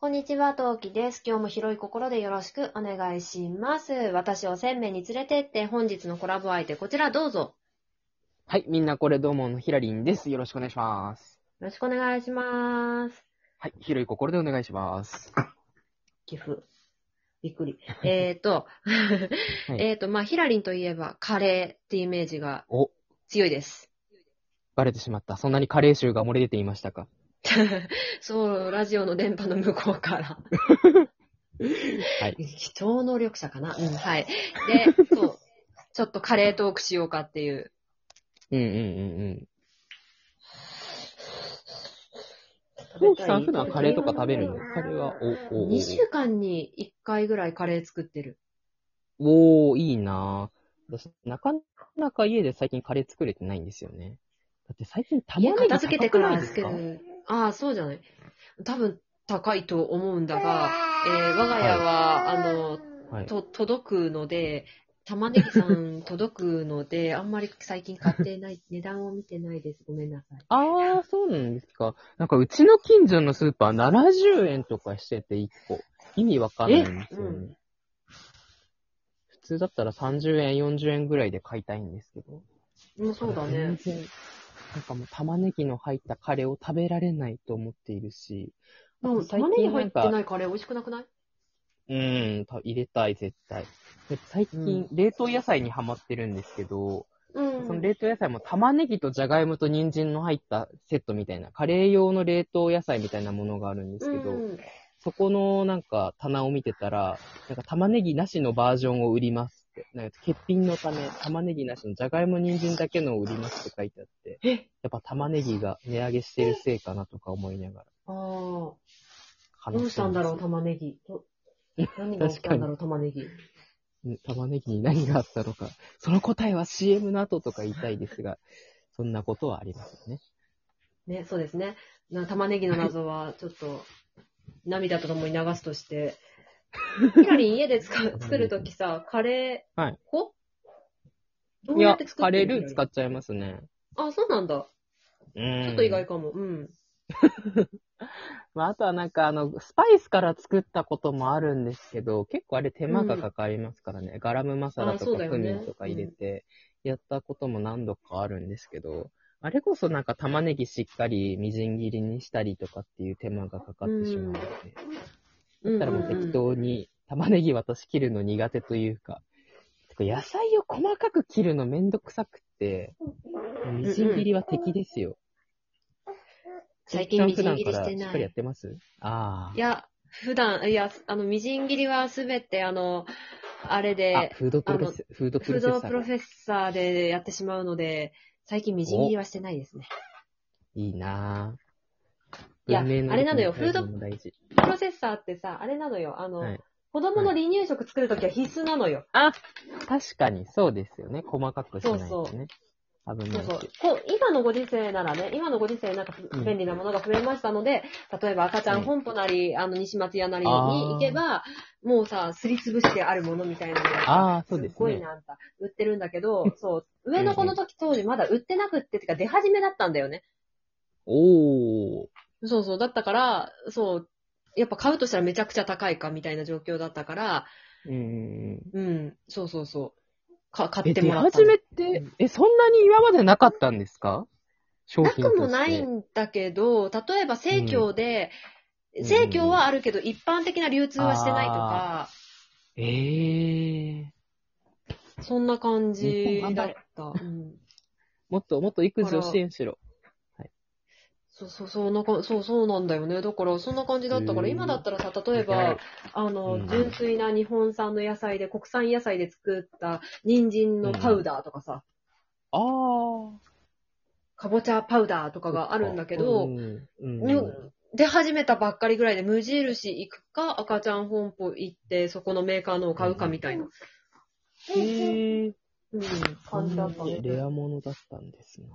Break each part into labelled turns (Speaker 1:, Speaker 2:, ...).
Speaker 1: こんにちは、トウキです。今日も広い心でよろしくお願いします。私を鮮明に連れてって、本日のコラボ相手、こちらどうぞ。
Speaker 2: はい、みんなこれどうものひらりんです。よろしくお願いします。
Speaker 1: よろしくお願いします。
Speaker 2: はい、広い心でお願いします。
Speaker 1: 寄付。びっくり。えーと、 えーと、まあ、ヒラリンといえば、カレーってイメージが
Speaker 2: お、
Speaker 1: 強いです。
Speaker 2: バレてしまった。そんなにカレー臭が漏れ出ていましたか
Speaker 1: そう、ラジオの電波の向こうから。
Speaker 2: はい。
Speaker 1: 超能力者かな。うん、はい。で、そう、ちょっとカレートークしようかっていう。
Speaker 2: うんうんうんうん。トウキさん普段カレーとか食べるのカレーは、お、お、
Speaker 1: 2週間に1回ぐらいカレー作ってる。
Speaker 2: お、おーいいなぁ。私、なかなか家で最近カレー作れてないんですよね。だって最近玉ね
Speaker 1: 家
Speaker 2: ぎ
Speaker 1: 片付けてか
Speaker 2: 高
Speaker 1: ら
Speaker 2: くないで
Speaker 1: つ
Speaker 2: す
Speaker 1: け
Speaker 2: か
Speaker 1: る。ああ、そうじゃない。多分高いと思うんだが、えー我が家は、あの、
Speaker 2: はい。
Speaker 1: と、届くので、玉ねぎさん届くので、あんまり最近買ってない、値段を見てないです。ごめんなさい。
Speaker 2: あー、そうなんですか。なんかうちの近所のスーパー70円とかしてて1個。意味わかんないんですよね。
Speaker 1: えうん
Speaker 2: 普通だったら30円、40円ぐらいで買いたいんですけど。
Speaker 1: もうそうだね。
Speaker 2: 全然。なんかもう玉ねぎの入ったカレーを食べられないと思っているし。あ
Speaker 1: も
Speaker 2: と
Speaker 1: う玉ねぎ入ってないカレー美味しくなくない
Speaker 2: うん、た入れたい、絶対。で最近、冷凍野菜にハマってるんですけど、
Speaker 1: うん
Speaker 2: その冷凍野菜も玉ねぎとじゃがいもと人参の入ったセットみたいな、カレー用の冷凍野菜みたいなものがあるんですけど、
Speaker 1: うん
Speaker 2: そこのなんか棚を見てたら、なんか玉ねぎなしのバージョンを売りますって。なんか欠品のため、玉ねぎなしのじゃがいも人参だけのを売りますって書いてあって、
Speaker 1: え
Speaker 2: やっぱ玉ねぎが値上げしてるせいかなとか思いながら
Speaker 1: ああ、ど
Speaker 2: 話
Speaker 1: うしたんだろう、
Speaker 2: う
Speaker 1: 玉ねぎ。ど何が起きたんだろう、玉ねぎ。
Speaker 2: 玉ねぎに何があったのか。その答えは CM の後とか言いたいですが、そんなことはありますね。
Speaker 1: ね、そうですね。な玉ねぎの謎は、ちょっと、涙とともに流すとして。ひらりん、家で 使う作るときさ、カレー、
Speaker 2: はい
Speaker 1: 粉ど
Speaker 2: いう
Speaker 1: や
Speaker 2: や
Speaker 1: って、作
Speaker 2: カ
Speaker 1: って
Speaker 2: レー
Speaker 1: る
Speaker 2: ルー使
Speaker 1: っ
Speaker 2: っちゃいますね。
Speaker 1: あ、そうなんだ。
Speaker 2: うん。
Speaker 1: ちょっと意外かも。うん。
Speaker 2: まあ、あとはなんかあの、スパイスから作ったこともあるんですけど、結構あれ手間がかかりますからね。ガラムマサラ
Speaker 1: あそ
Speaker 2: と
Speaker 1: うだ
Speaker 2: か
Speaker 1: よ
Speaker 2: ク
Speaker 1: ね
Speaker 2: ミンとか入れて、やったことも何度かあるんですけど、あれこそなんか玉ねぎしっかりみじん切りにしたりとかっていう手間がかかってしまうので、
Speaker 1: うん
Speaker 2: だからもう適当に玉ねぎ私切るの苦手というか、てか野菜を細かく切るのめんどくさくって、みじん切りは敵ですよ。
Speaker 1: 最近みじん切りし
Speaker 2: 普段か
Speaker 1: て
Speaker 2: らしっ
Speaker 1: な
Speaker 2: かりやっ
Speaker 1: い。
Speaker 2: てますああ
Speaker 1: い。や、普段、いや、あの、みじん切りはすべて、あの、あれで
Speaker 2: あ、、フードプロフェス、フードプ
Speaker 1: フ
Speaker 2: ロ
Speaker 1: ー
Speaker 2: セッ
Speaker 1: ド
Speaker 2: サ
Speaker 1: プ
Speaker 2: ー
Speaker 1: ロ
Speaker 2: が。
Speaker 1: フェッサーでやってしまうので、最近みじん切りはしてないですね。
Speaker 2: いいなぁ。
Speaker 1: いや
Speaker 2: 文明
Speaker 1: あれなのよ
Speaker 2: 利器
Speaker 1: フー
Speaker 2: も大事
Speaker 1: プロセッサーってさ、あれなのよ、あの、
Speaker 2: はい
Speaker 1: 子供の離乳食作るときは必須なのよ。
Speaker 2: 確かにそうですよね。細かくしない
Speaker 1: そ
Speaker 2: と
Speaker 1: うそ
Speaker 2: ね。危
Speaker 1: そ
Speaker 2: な
Speaker 1: う
Speaker 2: いし
Speaker 1: そう。こう、今のご時世ならね、今のご時世なんか
Speaker 2: うん
Speaker 1: 便利なものが増えましたので、例えば赤ちゃん本舗なり、あの、西松屋なりに行けば、もうさ、すりつぶしてあるものみたいなのが。
Speaker 2: ああ、そうで
Speaker 1: っ
Speaker 2: す
Speaker 1: ごい
Speaker 2: ね。
Speaker 1: な、あんた。売ってるんだけど、そう。上の子の時当時まだ売ってなくって、てか出始めだったんだよね。
Speaker 2: おー。
Speaker 1: そうそう。だったから、そう。やっぱ買うとしたらめちゃくちゃ高いかみたいな状況だったから、
Speaker 2: うん。
Speaker 1: うん、そうそうそう。か買
Speaker 2: え、
Speaker 1: って
Speaker 2: 出
Speaker 1: もらった
Speaker 2: 始
Speaker 1: の。
Speaker 2: めって、え、そんなに今までなかったんですか商
Speaker 1: な
Speaker 2: 品として。
Speaker 1: くもないんだけど、例えば生協で、
Speaker 2: うん
Speaker 1: 生協はあるけど、一般的な流通はしてないとか、
Speaker 2: ええー。
Speaker 1: そんな感じ
Speaker 2: 日本頑
Speaker 1: だ
Speaker 2: 張
Speaker 1: っ
Speaker 2: れ
Speaker 1: た。うん
Speaker 2: もっともっと育児を支援しろ。
Speaker 1: そうそう、そんなか、そうそうなんだよね。だから、そんな感じだったから、
Speaker 2: うん
Speaker 1: 今だったらさ、例えば、、あ
Speaker 2: う
Speaker 1: の、
Speaker 2: ん
Speaker 1: 純粋な日本産の野菜で、国産野菜で作った人参のパウダーとかさ、
Speaker 2: ああ。
Speaker 1: かぼちゃパウダーとかがあるんだけど、
Speaker 2: うん、うん
Speaker 1: に出始めたばっかりぐらいで無印行くか赤ちゃん本舗行ってそこのメーカーのを買うかみたいな、
Speaker 2: へえ。
Speaker 1: うん、感じだったね。
Speaker 2: レアものだったんですな。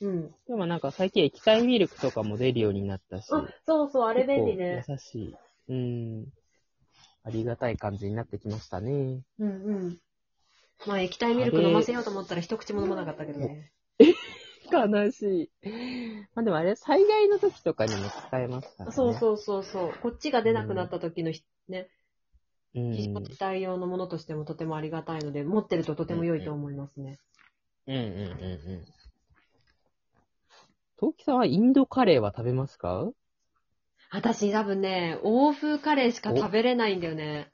Speaker 1: うん。
Speaker 2: でもなんか最近液体ミルクとかも出るようになったし。
Speaker 1: あ、そうそう、あれ便利ね
Speaker 2: 結。構優しい。うん。ありがたい感じになってきましたね。
Speaker 1: うんうん。まあ、液体ミルク飲ませようと思ったら一口も飲まなかったけどね。
Speaker 2: 悲しい。まあでもあれ、災害の時とかにも使えますからね。
Speaker 1: そうそうそうそう。こっちが出なくなった時のひ、ね、
Speaker 2: う
Speaker 1: 非
Speaker 2: ん。
Speaker 1: 常事態用のものとしてもとてもありがたいので、持ってるととても良いと思いますね。
Speaker 2: うんうんうんうん。東木さんはインドカレーは食べますか
Speaker 1: 私多分ね、欧風カレーしか食べれないんだよね。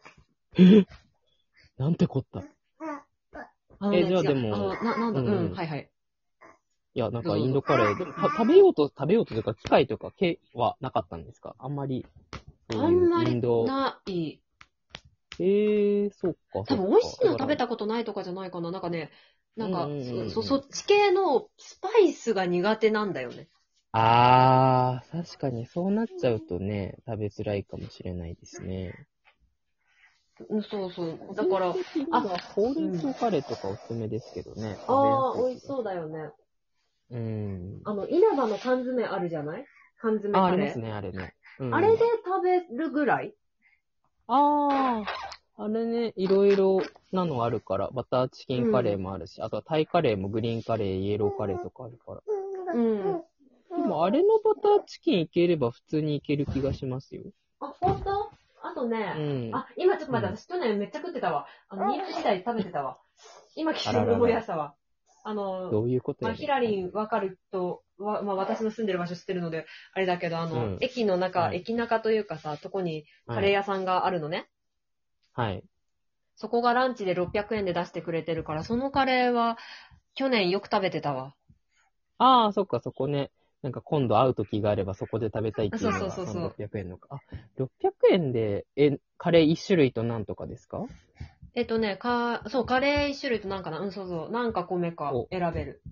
Speaker 2: なんてこった。い
Speaker 1: あのね
Speaker 2: えじゃあ
Speaker 1: 違う
Speaker 2: でも
Speaker 1: あの、な、なんだ、
Speaker 2: う
Speaker 1: うんん、
Speaker 2: うん
Speaker 1: はいはい。
Speaker 2: や、なんかインドカレー、でもた食べようと、食べようとというか、機会とかけはなかったんですかあんまり。そういう
Speaker 1: あんま
Speaker 2: イ
Speaker 1: り
Speaker 2: ンド。
Speaker 1: ない。
Speaker 2: えー、そうか。
Speaker 1: 多分美味しいの食べ
Speaker 2: た。
Speaker 1: たことないとかじゃないかな。なんかね、なんか
Speaker 2: うんうんうんうん、
Speaker 1: そ、そっち系のスパイスが苦手なんだよね。
Speaker 2: あー、確かにそうなっちゃうとね、食べづらいかもしれないですね。
Speaker 1: うんそうそう。だから、
Speaker 2: あ、ほうれん草カレーとかおすすめですけどね。
Speaker 1: ああ、美味し
Speaker 2: う。
Speaker 1: そうだよね。
Speaker 2: うん。
Speaker 1: あの、稲葉の缶詰あるじゃない缶詰
Speaker 2: あ、
Speaker 1: カ
Speaker 2: あり
Speaker 1: レ
Speaker 2: ま
Speaker 1: ー。
Speaker 2: すね、あれね。うん
Speaker 1: あれで食べるぐらい
Speaker 2: ああ、あれね、いろいろなのあるから、バターチキンカレーもあるし、あとはタイカレーもグリーンカレー、イエローカレーとかあるから。
Speaker 1: うん。
Speaker 2: でもあれのバターチキンいければ普通にいける気がしますよ。
Speaker 1: あ、ほんとあと
Speaker 2: う
Speaker 1: ね、
Speaker 2: ん。
Speaker 1: あ、今ちょっと待っ
Speaker 2: うん
Speaker 1: て、私去年めっちゃ食ってたわ。あの、新潟時代食べてたわ。今聞
Speaker 2: あ
Speaker 1: い
Speaker 2: らら
Speaker 1: て
Speaker 2: ら
Speaker 1: るもやさは。あの、
Speaker 2: どういうこと
Speaker 1: まあ、
Speaker 2: や
Speaker 1: ヒラ
Speaker 2: ね
Speaker 1: リンわかると、わまあ、私の住んでる場所知ってるので、あれだけど、あの、
Speaker 2: うん
Speaker 1: 駅の中、
Speaker 2: うん
Speaker 1: 駅中というかさ、とこにカレー
Speaker 2: はい。
Speaker 1: 屋さんがあるのね。
Speaker 2: はい。
Speaker 1: そこがランチで600円で出してくれてるから、そのカレーは去年よく食べてたわ。
Speaker 2: ああ、そっか、そこね。なんか今度会う時があればそこで食べたいっていうのが
Speaker 1: あそうそうそうそう
Speaker 2: 600円のか。あ、600円で、え、カレー1種類と何とかですか
Speaker 1: えっとね、か、そう、カレー一種類となんかな、うん、そうそう、なんか米か
Speaker 2: お
Speaker 1: 選べる。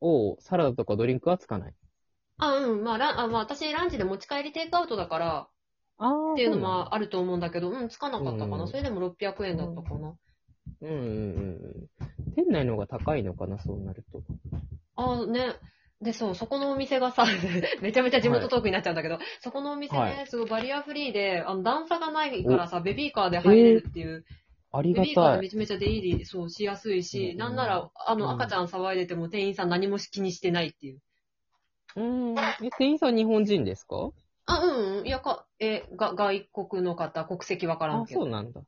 Speaker 2: おうサラダとかドリンクはつかない。
Speaker 1: あ、うん、まあ、ランあまあ、私ランチで持ち帰りテイクアウトだから、
Speaker 2: ああ。
Speaker 1: っていうのも
Speaker 2: は
Speaker 1: まああると思うんだけど、うん、つかなかったか
Speaker 2: う
Speaker 1: な。
Speaker 2: ん
Speaker 1: それでも600円だったかな。
Speaker 2: うんうんうんうん。店内の方が高いのかな、そうなると。
Speaker 1: ああ、ね。で、そう、そこのお店がさ、 めちゃめちゃ地元トークになっちゃうんだけど、そこのお店
Speaker 2: は
Speaker 1: ね、すごいバリアフリーで、あの、段差がないからさ、ベビーカーで入れるっていう、
Speaker 2: あり
Speaker 1: ベ
Speaker 2: が
Speaker 1: ビーカー
Speaker 2: た
Speaker 1: でめ
Speaker 2: い。
Speaker 1: ちゃめちゃ出入り、そう、しやすいし、
Speaker 2: うん
Speaker 1: なんなら、あ
Speaker 2: うん
Speaker 1: の、赤ちゃん騒いでても店員さん何も気にしてないっていう。
Speaker 2: うん。え、店員さん日本人ですか
Speaker 1: あ、うん、うん、いや、か、え、が、外国の方、国籍わから
Speaker 2: あ
Speaker 1: ん、け
Speaker 2: そう
Speaker 1: ど。
Speaker 2: なんだ。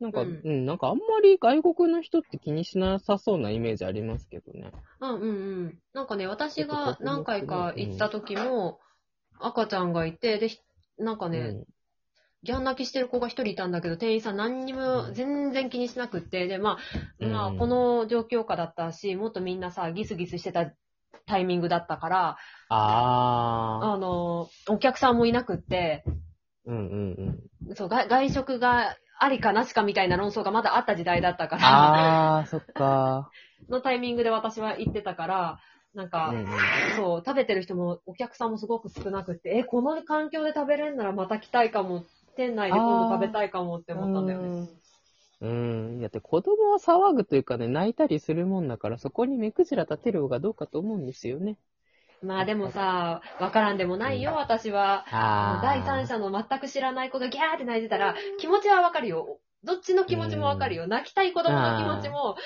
Speaker 2: なんか、う
Speaker 1: うんん、
Speaker 2: なんかあんまり外国の人って気にしなさそうなイメージありますけどね。
Speaker 1: うんうんうん。なんかね、私
Speaker 2: ちょっと
Speaker 1: が
Speaker 2: ここ
Speaker 1: 何回か行った時も、赤ちゃんがいて、で、ひなんかね、
Speaker 2: うん。
Speaker 1: ギャン泣きしてる子が一人いたんだけど、店員さん何に
Speaker 2: う
Speaker 1: も
Speaker 2: ん
Speaker 1: 全然気にしなくって、で、まあ、ま
Speaker 2: う
Speaker 1: あ、
Speaker 2: ん
Speaker 1: この状況下だったし、もっとみんなさ、ギスギスしてたタイミングだったから、
Speaker 2: ああ。
Speaker 1: あの、お客さんもいなくって、
Speaker 2: うんうんうん。
Speaker 1: そう、外外食がありかなしかみたいな論争がまだあった時代だったから、
Speaker 2: ああ、そっか。
Speaker 1: のタイミングで私は行ってたから、なん
Speaker 2: う
Speaker 1: か、
Speaker 2: んうん。
Speaker 1: そう、食べてる人もお客さんもすごく少なくって、え、この環境で食べれるならまた来たいかも、店内で今度食べたいかもって思ったんだよね。
Speaker 2: うん。だって子供は騒ぐというかね、泣いたりするもんだから、そこに目くじら立てる方がどうかと思うんですよね。
Speaker 1: まあでもさ、わからんでもないよ、私は。
Speaker 2: ああ。
Speaker 1: 第三者の全く知らない子がギャーって泣いてたら、気持ちはわかるよ。どっちの気持ちもわかるよ。泣きたい子供の気持ちも、あ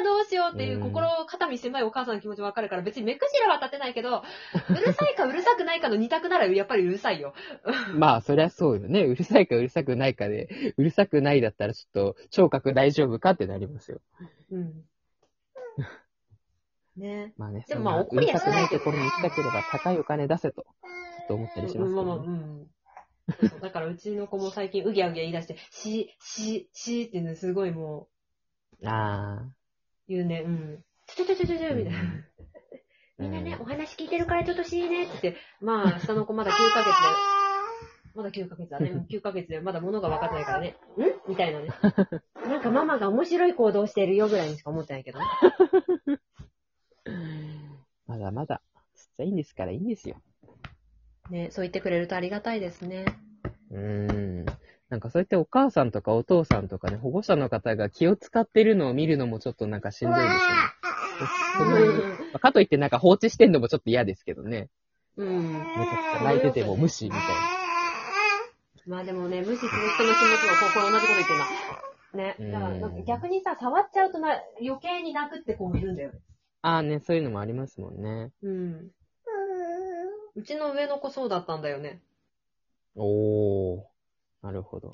Speaker 1: あ、どうしようっていううん心、肩身狭いお母さんの気持ちもわかるから、別に目くじらは立てないけ ど、うるさいかうるさくないかの二択ならやっぱりうるさいよ。
Speaker 2: まあ、そりゃそうよね。うるさいかうるさくないかで、うるさくないだったらちょっと聴覚大丈夫かってなりますよ。
Speaker 1: うん。ね
Speaker 2: まあね、
Speaker 1: で
Speaker 2: そ
Speaker 1: も
Speaker 2: ん
Speaker 1: まあ
Speaker 2: なうるさくない
Speaker 1: 怒りはし
Speaker 2: と
Speaker 1: ないけど
Speaker 2: ころに行きたければ高いお金出せと、と思ったりします
Speaker 1: ま
Speaker 2: け
Speaker 1: あまあ、
Speaker 2: ど
Speaker 1: う
Speaker 2: ね。
Speaker 1: ん。そうそうだからうちの子も最近うぎゃうぎゃ言い出して、し、し、しっていうのすごいも
Speaker 2: あ
Speaker 1: う言うね、うん。ちょちょちょちょちょ
Speaker 2: あ。
Speaker 1: みたいな。
Speaker 2: う
Speaker 1: みんなね、
Speaker 2: う
Speaker 1: お話聞いてるからちょっとしいねって言って、まあ、下の子まだ9ヶ月で、まだ9ヶ月だね。うん9ヶ 月で、まだ物が分かってないからね。んみたいなね。なんかママが面白い行動してるよぐらいにしか思ってないけどね。
Speaker 2: まだまだ、ちっちゃいんですからいいんですよ。
Speaker 1: ね、そう言ってくれるとありがたいですね。
Speaker 2: うーん。なんかそうやってお母さんとかお父さんとかね、保護者の方が気を使ってるのを見るのもちょっとなんかしんどいですよね。そんなにまあかといってなんか放置してんのもちょっと嫌ですけどね。
Speaker 1: うん。
Speaker 2: めちゃくちゃ泣いてても無視みたいな。
Speaker 1: まあでもね、無視する人の気持ちも、こう、これ同じこと言ってんな。ね。だから、なんか逆にさ、触っちゃうとな、余計に泣くって子もいるんだよね。
Speaker 2: ああね、そういうのもありますもんね。
Speaker 1: うん。うちの上の子そうだったんだよね。
Speaker 2: おー。なるほど。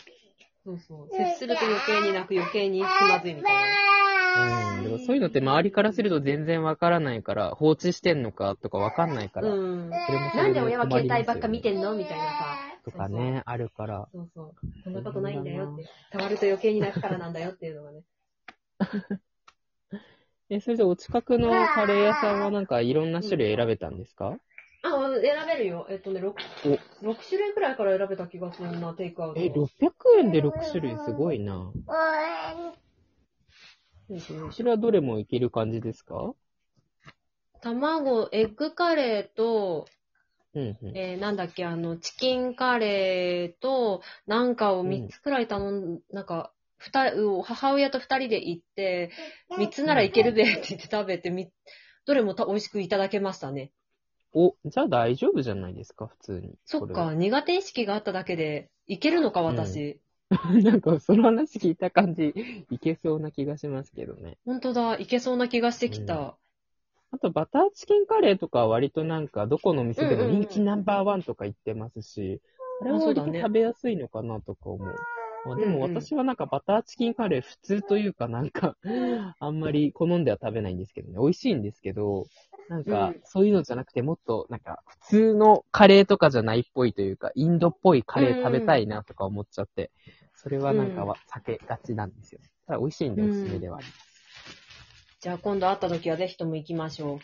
Speaker 1: そうそう。接すると余計に泣く、余計に気まずいみたいな。
Speaker 2: うん。でもそういうのって周りからすると全然わからないから、放置してんのかとかわかんないから、
Speaker 1: うん。
Speaker 2: それもそれ
Speaker 1: なんで親は携帯ばっか見
Speaker 2: る
Speaker 1: てんのみたいなさ。
Speaker 2: とかね、あるから。
Speaker 1: そうそう。そんなことないんだよって。変わると余計に泣くからなんだよっていうのがね。
Speaker 2: え、それでお近くのカレー屋さんはなんかいろんな種類選べたんですか
Speaker 1: あ、選べるよ。えっとね、6、6種類くらいから選べた気がするな、テイクアウト。
Speaker 2: え、600円で6種類すごいな。それはどれもいける感じですか
Speaker 1: 卵、エッグカレーと、
Speaker 2: うんうん。
Speaker 1: えーなんだっけ、あの、チキンカレーと、なんかを
Speaker 2: うん
Speaker 1: 3つくらい頼ん、なんか、二人、母親と2人で行って、3つならいけるべって言って食べて、みどれもた美味しくいただけましたね。
Speaker 2: お、じゃあ大丈夫じゃないですか、普通に。
Speaker 1: そ
Speaker 2: こ
Speaker 1: っ
Speaker 2: れは
Speaker 1: か、。苦手意識があっただけで、いけるのか、私。
Speaker 2: なんかその話聞いた感じ、いけそうな気がしますけどね。
Speaker 1: 本当だ、いけそうな気がしてきた。
Speaker 2: あとバターチキンカレーとかは割となんかどこの店でも人気ナンバーワンとか言ってますし、
Speaker 1: う
Speaker 2: あ
Speaker 1: ん
Speaker 2: れ
Speaker 1: うん
Speaker 2: は
Speaker 1: そう
Speaker 2: 割
Speaker 1: だね
Speaker 2: と食べやすいのかなとか思う。あでも
Speaker 1: うんうん
Speaker 2: 私はなんかバターチキンカレー普通というかなん かあんまり好んでは食べないんですけどね。美味しいんですけど、なん
Speaker 1: う
Speaker 2: か
Speaker 1: ん
Speaker 2: そういうのじゃなくてもっとなんか普通のカレーとかじゃないっぽいというか、インドっぽいカレー食べたいなとか思っちゃって、それはなんかは避けがちなんですよ。ただ美味しいんでおすすめではあります。
Speaker 1: じゃあ今度会った時はぜひとも行きましょう。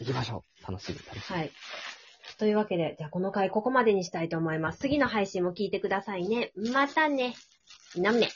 Speaker 2: 行きましょう。楽しみ、楽しみ。
Speaker 1: はい。というわけで、じゃあこの回ここまでにしたいと思います。次の配信も聞いてくださいね。またね。なむね。